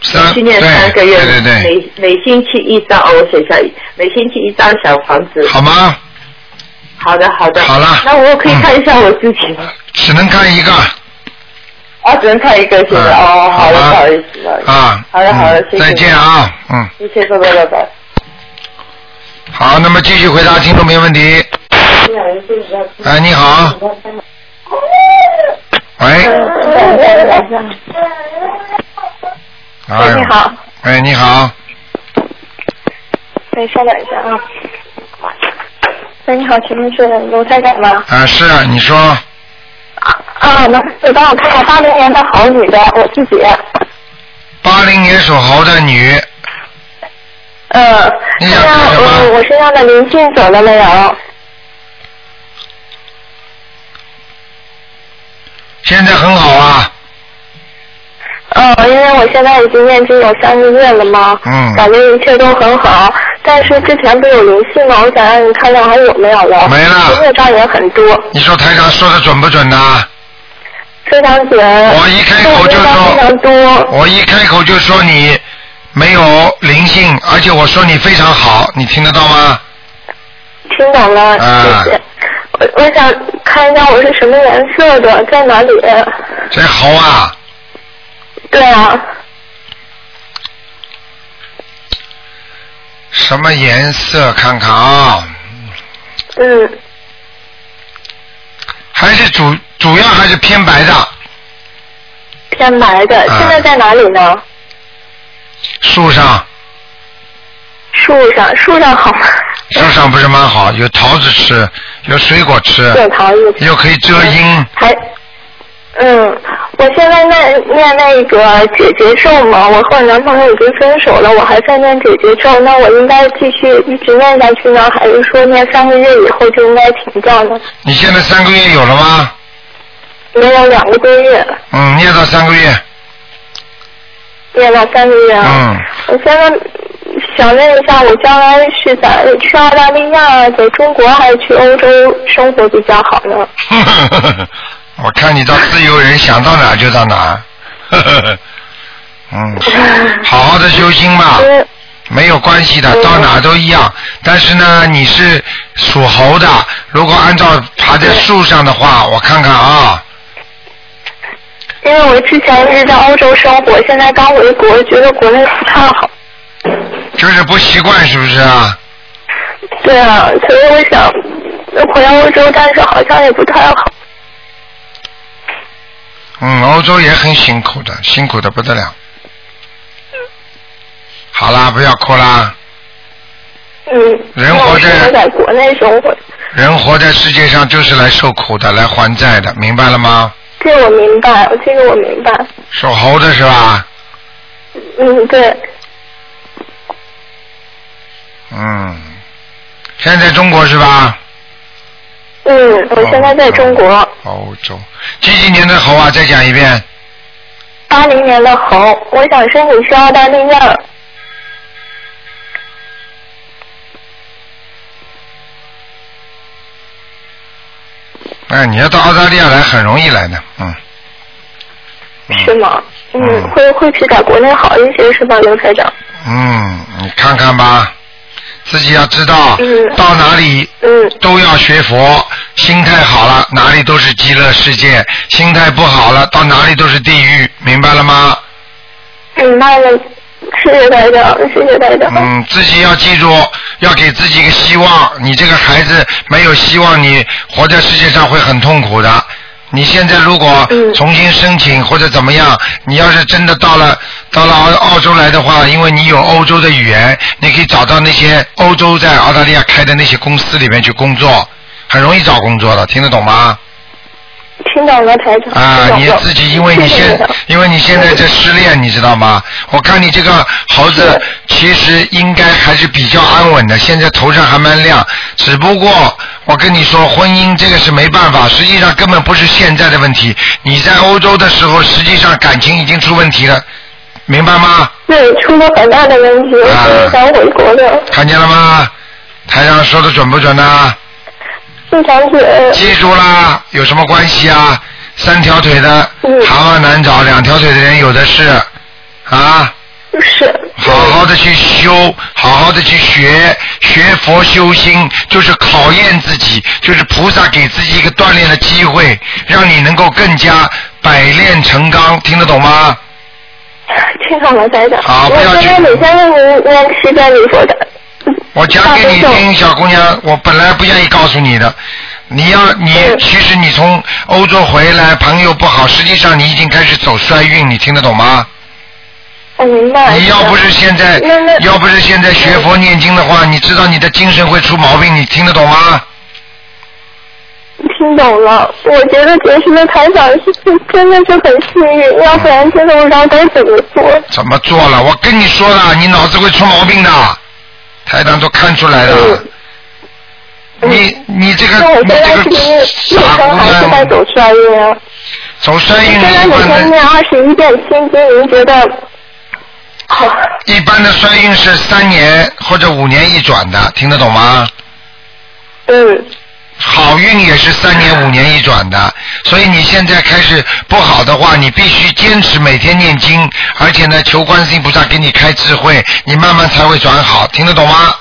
三去念三个月，嗯对对对，每每星期一张哦，我写下每星期一张小房子。好吗？好的，好的。好了那我可以嗯看一下我自己吗？只能看一个，啊，只能看一个现在。嗯哦，好的，好吧不好意思，不好意思。啊，好的好的嗯谢谢再见啊，嗯，谢谢，拜拜拜拜。好，那么继续回答听众朋友问题。哎，你好。喂。嗯哎喂，你好。哎，你好，哎，稍等一下啊。喂，你好，请问是卢台长吗？啊，是啊你说，啊，能你帮我看看八零年的好女的，我自己。八零年属猴的女，呃，你身想上看哦什么我我身上的灵性走了没有？现在很好啊，呃，因为我现在已经念经有三个月了嘛，嗯感觉一切都很好。但是之前不是有灵性吗？我想让你看看还有没有了。没了业障也很多，你说台长说的准不准呐？非常紧。我我一开口就嗯非常多。我一开口就说你没有灵性，而且我说你非常好，你听得到吗？听懂了，啊谢谢。我我想看一下我是什么颜色的，在哪里？这猴啊，对啊，什么颜色？看看啊，嗯，还是主主要还是偏白的，偏白的。啊现在在哪里呢？树上树上，树上好吗？树上不是蛮好，有桃子吃，有水果吃，有桃子吃又可以遮阴。还，嗯，我现在在念那个解结咒嘛，我和我男朋友已经分手了，我还在念解结咒，那我应该继续一直念下去呢，还是说念三个月以后就应该停掉呢？你现在三个月有了吗？没有两个多月，嗯，念到三个月。念了三个月啊。嗯，我现在想问一下，我将来是在去澳大利亚、走中国，还是去欧洲生活比较好呢？ 我看你到自由人，想到哪儿就到哪 儿。嗯，好好的修心吧。因为没有关系的，到哪都一样。但是呢，你是属猴的，如果按照爬在树上的话，我看看啊，因为我之前一直在欧洲生活，现在刚回国，觉得国内不太好。就是不习惯，是不是啊？对啊，所以我想回欧洲，但是好像也不太好。嗯，欧洲也很辛苦的，辛苦的不得了。好啦，不要哭啦，嗯，人那活我着适合在国内生活，人活在世界上就是来受苦的，来还债的，明白了吗？这我明白，这个我明白。属猴的是吧？嗯，对，嗯，现在在中国是吧？嗯，我现在在中哦国，欧洲，几几年的猴啊？再讲一遍。八零年的猴，我想申请去澳大利亚。哎，你要到澳大利亚来，很容易来的，嗯。嗯是吗？嗯，嗯会会比在国内好一些是吧，刘台长？嗯，你看看吧，自己要知道，嗯到哪里嗯都要学佛，心态好了，哪里都是极乐世界；心态不好了，到哪里都是地狱，明白了吗？明白了，谢谢台长，谢谢台长。嗯，自己要记住，要给自己一个希望。你这个孩子没有希望，你活在世界上会很痛苦的。你现在如果嗯重新申请或者怎么样，你要是真的到了到了澳澳洲来的话，因为你有欧洲的语言，你可以找到那些欧洲在澳大利亚开的那些公司里面去工作，很容易找工作的，听得懂吗？听到了台长。啊听，到你了自己因为你谢谢现台长因为你现在在失恋，你知道吗？我看你这个猴子其实应该还是比较安稳的，现在头上还蛮亮。只不过我跟你说，婚姻这个是没办法，实际上根本不是现在的问题。你在欧洲的时候，实际上感情已经出问题了，明白吗？对，出了很大的问题，我啊所以想回国的，看见了吗？台上说的准不准呢、非常呃准。记住啦，有什么关系啊？三条腿的嗯蛤蟆难找，两条腿的人有的是啊。是， 好好的去修，好好的去学，学佛修心就是考验自己，就是菩萨给自己一个锻炼的机会，让你能够更加百炼成钢，听得懂吗？听到了台长。好不我要现在紧每天为您念七遍礼佛的。我讲给你听，小姑娘，我本来不愿意告诉你的。你要你嗯其实你从欧洲回来，朋友不好，实际上你已经开始走衰运，你听得懂吗？我哎明白了。你要不是现在啊那那，要不是现在学佛念经的话，你知道你的精神会出毛病，你听得懂吗？听懂了，我觉得结识的台长是真的是很幸运，要不然真的不知道该怎么做。怎么做了？我跟你说了，你脑子会出毛病的，台长都看出来了。嗯你你这个那我你现在是这不是个内傻伤姑还是在娘，走衰运啊？走衰运现在一每般天的念二十一遍心经，您觉得好？一般的衰运是三年或者五年一转的，听得懂吗？嗯，好运也是三年五年一转的，所以你现在开始不好的话，你必须坚持每天念经，而且呢，求观世音菩萨给你开智慧，你慢慢才会转好，听得懂吗？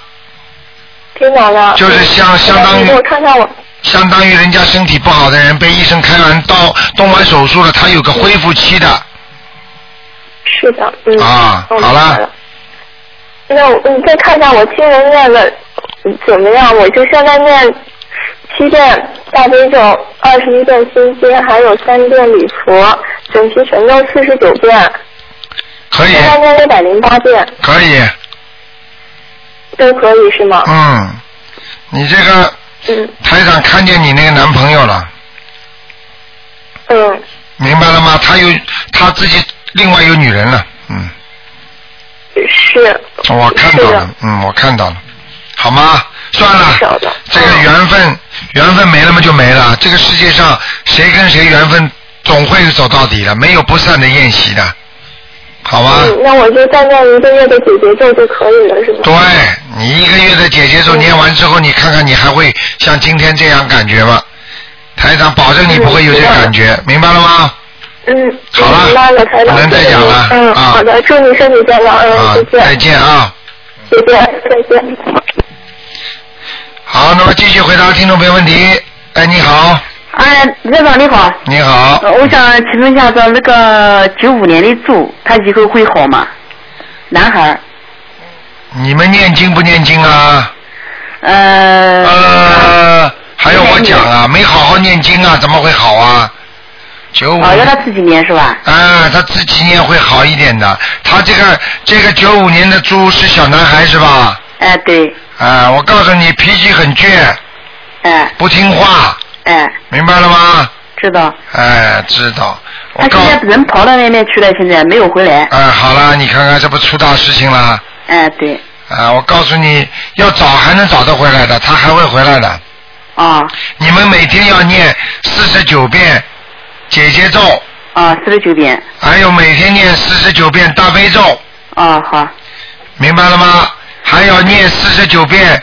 听懂了。就是相相当于你给我看看我。相当于人家身体不好的人被医生开完刀、动完手术了，他有个恢复期的。是的，嗯。啊我好明白了了。那我你再看看我亲人念的怎么样？我就现在念七遍大悲咒，二十一遍心经，还有三遍礼佛，准提神咒四十九遍，可以现，在念六百零八遍可以，都可以是吗？嗯，你这个嗯台长看见你那个男朋友了，嗯，明白了吗？他有他自己另外有女人了，嗯，嗯是。我看到是的了，嗯，我看到了，好吗？算了是的，这个缘分缘分没了嘛就没了，这个世界上谁跟谁缘分总会走到底的，没有不散的宴席的，好吗？嗯，那我就再念一个月的解结咒就可以了，是吗？对你一个月的姐姐咒念完之后，你看看你还会像今天这样感觉吗？台长保证你不会有这感觉，明白了吗？嗯，好了明白了，台长。不能再讲了嗯，啊好的，祝你身体健康，呃啊嗯，，再再见，见啊！再见，再见。好，那么继续回答听众朋友问题。哎，你好，哎，院长你好，你好，呃我想请问一下，这那个九五年的猪，他以后会好吗？男孩儿，你们念经不念经啊？呃，呃，还要我讲啊？没好好念经啊，怎么会好啊？九五哦，要他自己念是吧？啊，他自己念会好一点的。他这个这个九五年的猪是小男孩是吧？哎、对，啊，我告诉你，脾气很倔，哎、不听话，哎、明白了吗？知道。哎，知道。我他告啊现在人跑到外面去了，现在没有回来。哎，好了，你看看这不出大事情了？哎、对，啊，我告诉你，要找还能找得回来的，他还会回来的。啊、你们每天要念四十九遍姐姐咒，啊，四十九遍，还有每天念四十九遍大悲咒，啊、好，明白了吗？还要念四十九遍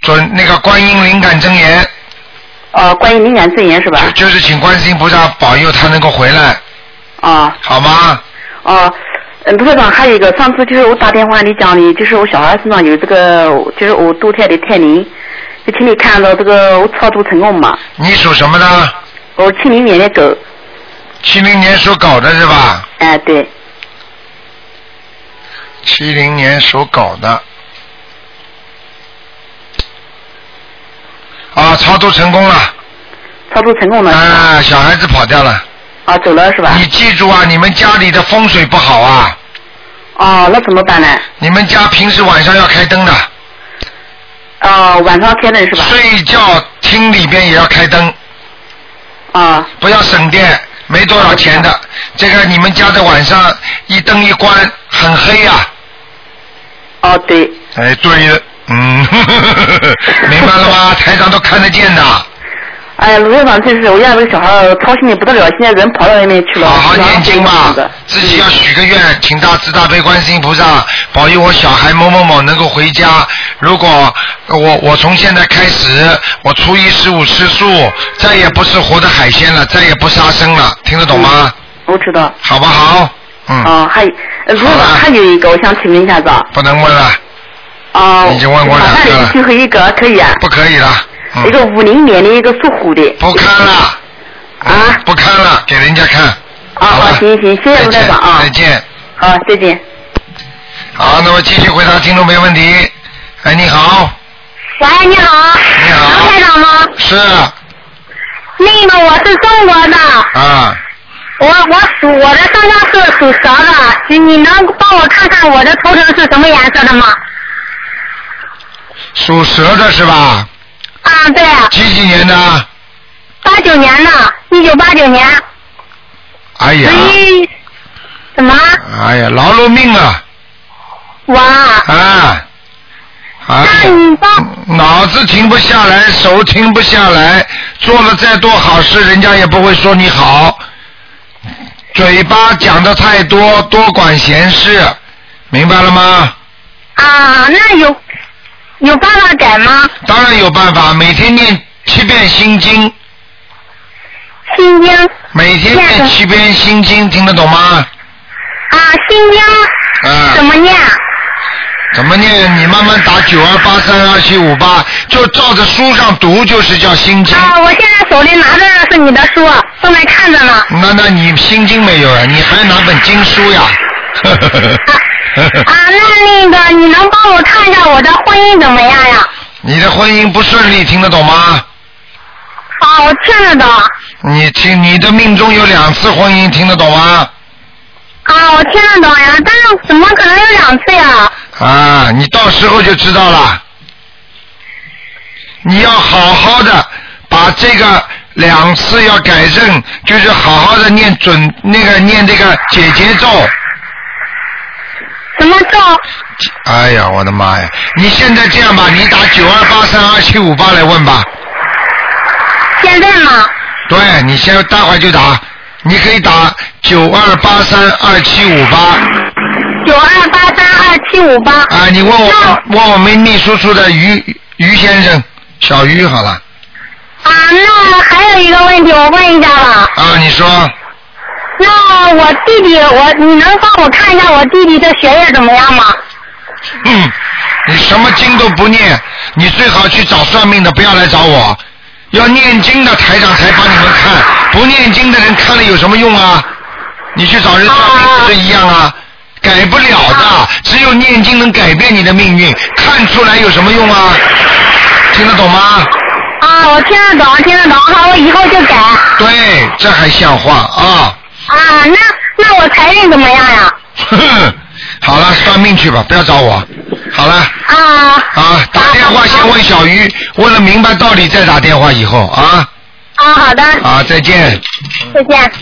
准那个观音灵感真言，哦，关于敏感证言是吧？就就是请观世音菩萨保佑他能够回来，啊、好吗？哦，嗯，卢科长，还有一个，上次就是我打电话你讲的，就是我小孩身上有这个，就是我堕胎的胎龄，就请你看到这个我超度成功嘛？你属什么呢？我七零年的狗，七零年属狗的是吧？哎，对，七零年属狗的。啊，超度成功了！超度成功了，啊，小孩子跑掉了。啊，走了是吧？你记住啊，你们家里的风水不好啊，哦，那怎么办呢？你们家平时晚上要开灯的，哦，晚上开灯是吧？睡觉厅里边也要开灯，哦啊，不要省电，没多少钱的。这个你们家的晚上一灯一关很黑啊呀、哦对。哎，对的，嗯， 明白了 吗？台长都看得见的。哎呀，卢院长，真是我让这个小孩儿操心的不得了，现在人跑到外面去了。好好念经吧，自己要许个愿，请大慈大悲观世音菩萨保佑我小孩某某某能够回家。如果我我从现在开始，我初一十五吃素，再也不吃活的海鲜了，再也不杀生了，听得懂嗯吗？我知道。好不好？嗯。啊，还呃卢院长还有一个，我想请问一下子啊。不能问了，啊，已经问过马两上个有了最后一个可以啊。不可以了。嗯一个五零年的一个属虎的。不看了。啊。不看了，给人家看。啊好，行行，谢谢卢院长啊。再见。好，再见。好，那么继续回答听众朋友问题。哎，你好，喂，你好。你好。啊台长吗？是那个，我是中国的，啊，我我属我的上家是属蛇的，你你能帮我看看我的头腾是什么颜色的吗？属蛇的是吧？啊，对，几几年的？八九年的，一九八九年，哎呀十，一，什么？哎呀，劳碌命啊！我啊啊，哎呀，脑子停不下来，手停不下来，做了再多好事，人家也不会说你好。嘴巴讲的太多，多管闲事，明白了吗？啊，那有有办法改吗？当然有办法，每天念七遍心经。心经。每天念七遍心经，听得懂吗？心经啊。怎么念？怎么念？你慢慢打九二八三二七五八，就照着书上读，就是叫心经。啊，我现在手里拿着的是你的书，正在看着呢。啊那那你心经没有啊？你还拿本经书呀？ 啊，那那个你能帮我看一下我的婚姻怎么样呀？你的婚姻不顺利，听得懂吗？啊，我听得懂。你听，你的命中有两次婚姻，听得懂吗？啊，我听得懂呀，但是怎么可能有两次呀？啊，你到时候就知道了。你要好好的把这个两次要改正，就是好好的念准那个念这个解结咒。什么咒？哎呀，我的妈呀！你现在这样吧，你打九二八三二七五八来问吧。现在吗？对，你先待会儿就打，你可以打九二八三二七五八。九二八三二七五八。啊，你问我问我们秘书处的于于先生，小于好了。啊，那还有一个问题，我问一下吧。啊，你说那我弟弟，我你能帮我看一下我弟弟的学业怎么样吗？嗯，你什么经都不念，你最好去找算命的，不要来找我。要念经的台长才帮你们看，不念经的人看了有什么用啊？你去找人算命不是一样啊？改不了的，只有念经能改变你的命运，看出来有什么用啊？听得懂吗？啊，我听得懂，听得懂，好，我以后就改。对，这还像话啊！ 啊，那那我财运怎么样呀？哼哼，好了，算命去吧，不要找我。好了。啊。啊，打电话先问小鱼，问了明白道理再打电话以后啊。啊，好的，啊，再见。再见。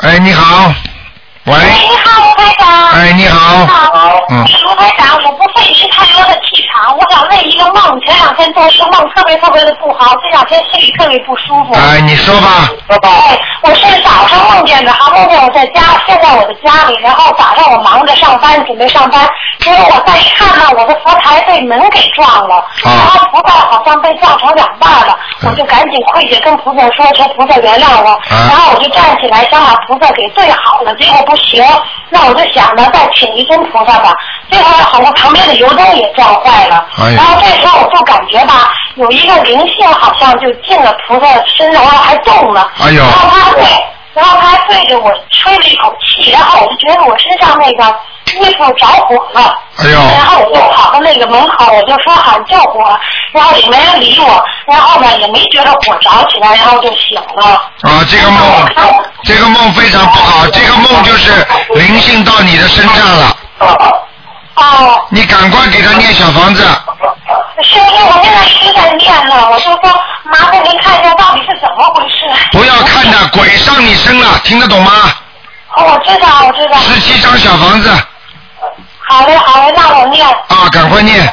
哎，你好。喂。好，台长。哎，你好。好。哎嗯。卢台长，我不会是太多的气场，我想问一个梦，前两天做一个梦，特别特别的不好，这两天身体特别不舒服。哎，你说吧。说吧。哎，我是早上梦见的，哈，梦见我在家，睡在我的家里，然后早上我忙着上班，准备上班，结果我再一看呢，我的佛台被门给撞了，啊然后菩萨好像被撞成两半了，我就赶紧跪下跟菩萨说，求菩萨原谅我，然啊后我就站起来想把菩萨给对好了，结果不行，那我就想着再请一尊菩萨吧，结果好像旁边的油灯也撞坏了，哎呀然后这时候我就感觉吧，有一个灵性好像就进了菩萨身上，然后还动了。哎呦然后他对，然后他对着我吹了一口气，然后我就觉得我身上那个衣服着火了。哎呦然后我就跑到那个门口，我就说喊救火，然后也没人理我，然后呢也没觉得火着起来，然后就醒了。啊，这个梦，这个梦非常不好，这个梦就是灵性到你的身上了。哦。你赶快给他念小房子。是因为我现在一直在念呢，我就说麻烦您看一下到底是怎么回事。不要看的，鬼上你身了，听得懂吗？哦，我知道，我知道。十七张小房子好嘞，好嘞，那我念。啊，赶快念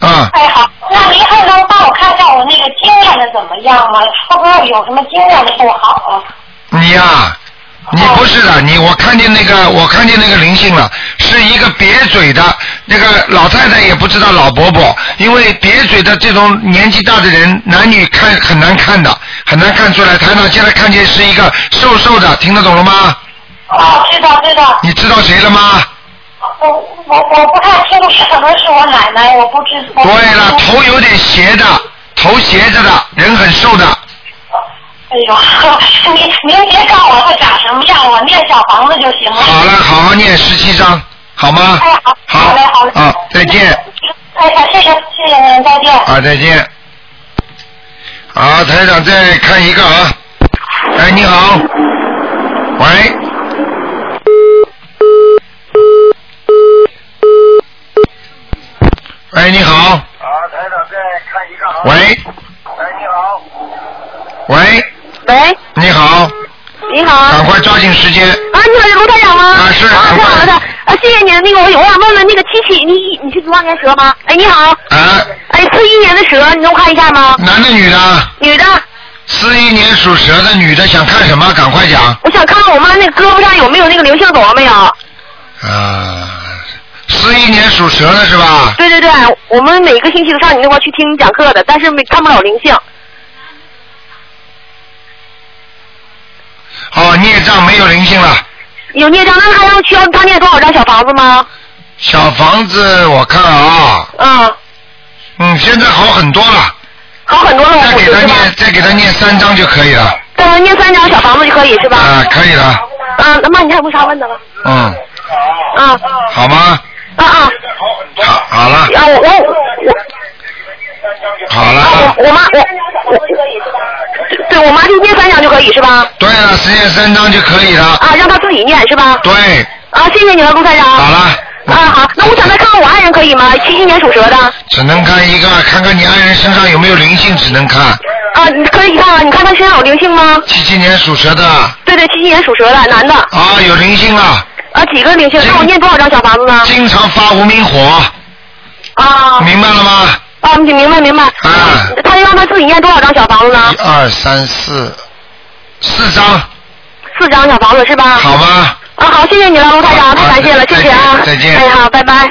啊！哎，好，那您还能帮我看看我那个经验的怎么样吗？会不会有什么经验的不好啊？你呀、哦你不是的，你我看见那个，我看见那个灵性了，是一个瘪嘴的，那个老太太也不知道老伯伯，因为瘪嘴的这种年纪大的人，男女看很难看的，很难看出来。台长现在看见是一个瘦瘦的，听得懂了吗？哦，知道知道，你知道谁了吗？我我我不太清楚，是可能是我奶奶，我不知道。对了，头有点斜的，头斜着的，人很瘦的。哎呦， 您您别告我他长什么样，我念小房子就行了。好了，好好念十七章，好吗？哦好嘞，好嘞。啊，再见。哎呀，谢谢谢谢您，再见。啊，再见。好，台长再看一个啊。哎，你好。喂。喂，哎你好。好，台长再看一个喂。喂，你好。喂。喂。你好，你好。赶快抓紧时间。啊，你好，是卢台长吗？啊，是。啊，太好了，太好了啊，谢谢您。那个，我有我想问问那个七七，你你是多少年蛇吗？哎，你好。啊。哎，四一年的蛇，你能看一下吗？男的女的？女的，四一年属蛇的女的想看什么？赶快讲。我想看看我妈那胳膊上有没有那个灵性走了没有？啊，四一年属蛇的是吧？对对对，我们每个星期都上你那块去听你讲课的，但是没看不了灵性。哦，孽障没有灵性了。有孽障，那还要需要他念多少张小房子吗？小房子我看啊。嗯。嗯，现在好很多了。好很多了，再给他念，再给他念三张就可以了。再念三张小房子就可以是吧？啊，可以了。啊，那妈，你还有没有啥问的了？嗯，啊哦好吗？啊啊！好了，啊，我我我啊好了。我妈我我，对我妈就念三张就可以是吧？对了，只念三张就可以了。啊，让她自己念是吧？对，啊，谢谢你了，陆台长。好了。啊，好，那我想再看看我爱人可以吗？七七年属蛇的。只能看一个，看看你爱人身上有没有灵性，只能看。啊，你可以看啊，你看他身上有灵性吗？七七年属蛇的啊，对对，七七年属蛇的男的。有灵性了，啊，几个灵性？那我念多少张小房子呢？经常发无名火，啊。明白了吗？啊，你明白明白。啊。他让他自己念多少张小房子呢一？二三四，四张，啊四张小房子是吧？好吗？啊，好，谢谢你了，卢台长，太感谢了，谢谢啊。再见再见哎，好，拜拜。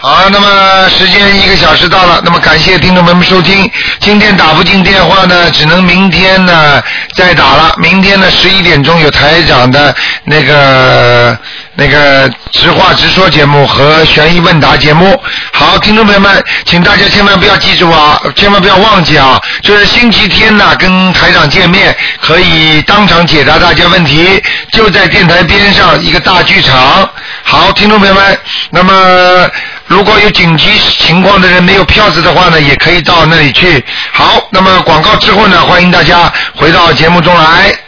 好，那么时间一个小时到了，那么感谢听众朋友们收听。今天打不进电话呢，只能明天呢再打了。明天呢十一点钟有台长的那个那个直话直说节目和悬疑问答节目。好，听众朋友们，请大家千万不要记住啊，千万不要忘记啊，就是星期天呢跟台长见面，可以当场解答大家问题，就在电台边上一个大剧场。好，听众朋友们，那么如果有紧急情况的人没有票子的话呢，也可以到那里去。好，那么广告之后呢，欢迎大家回到节目中来。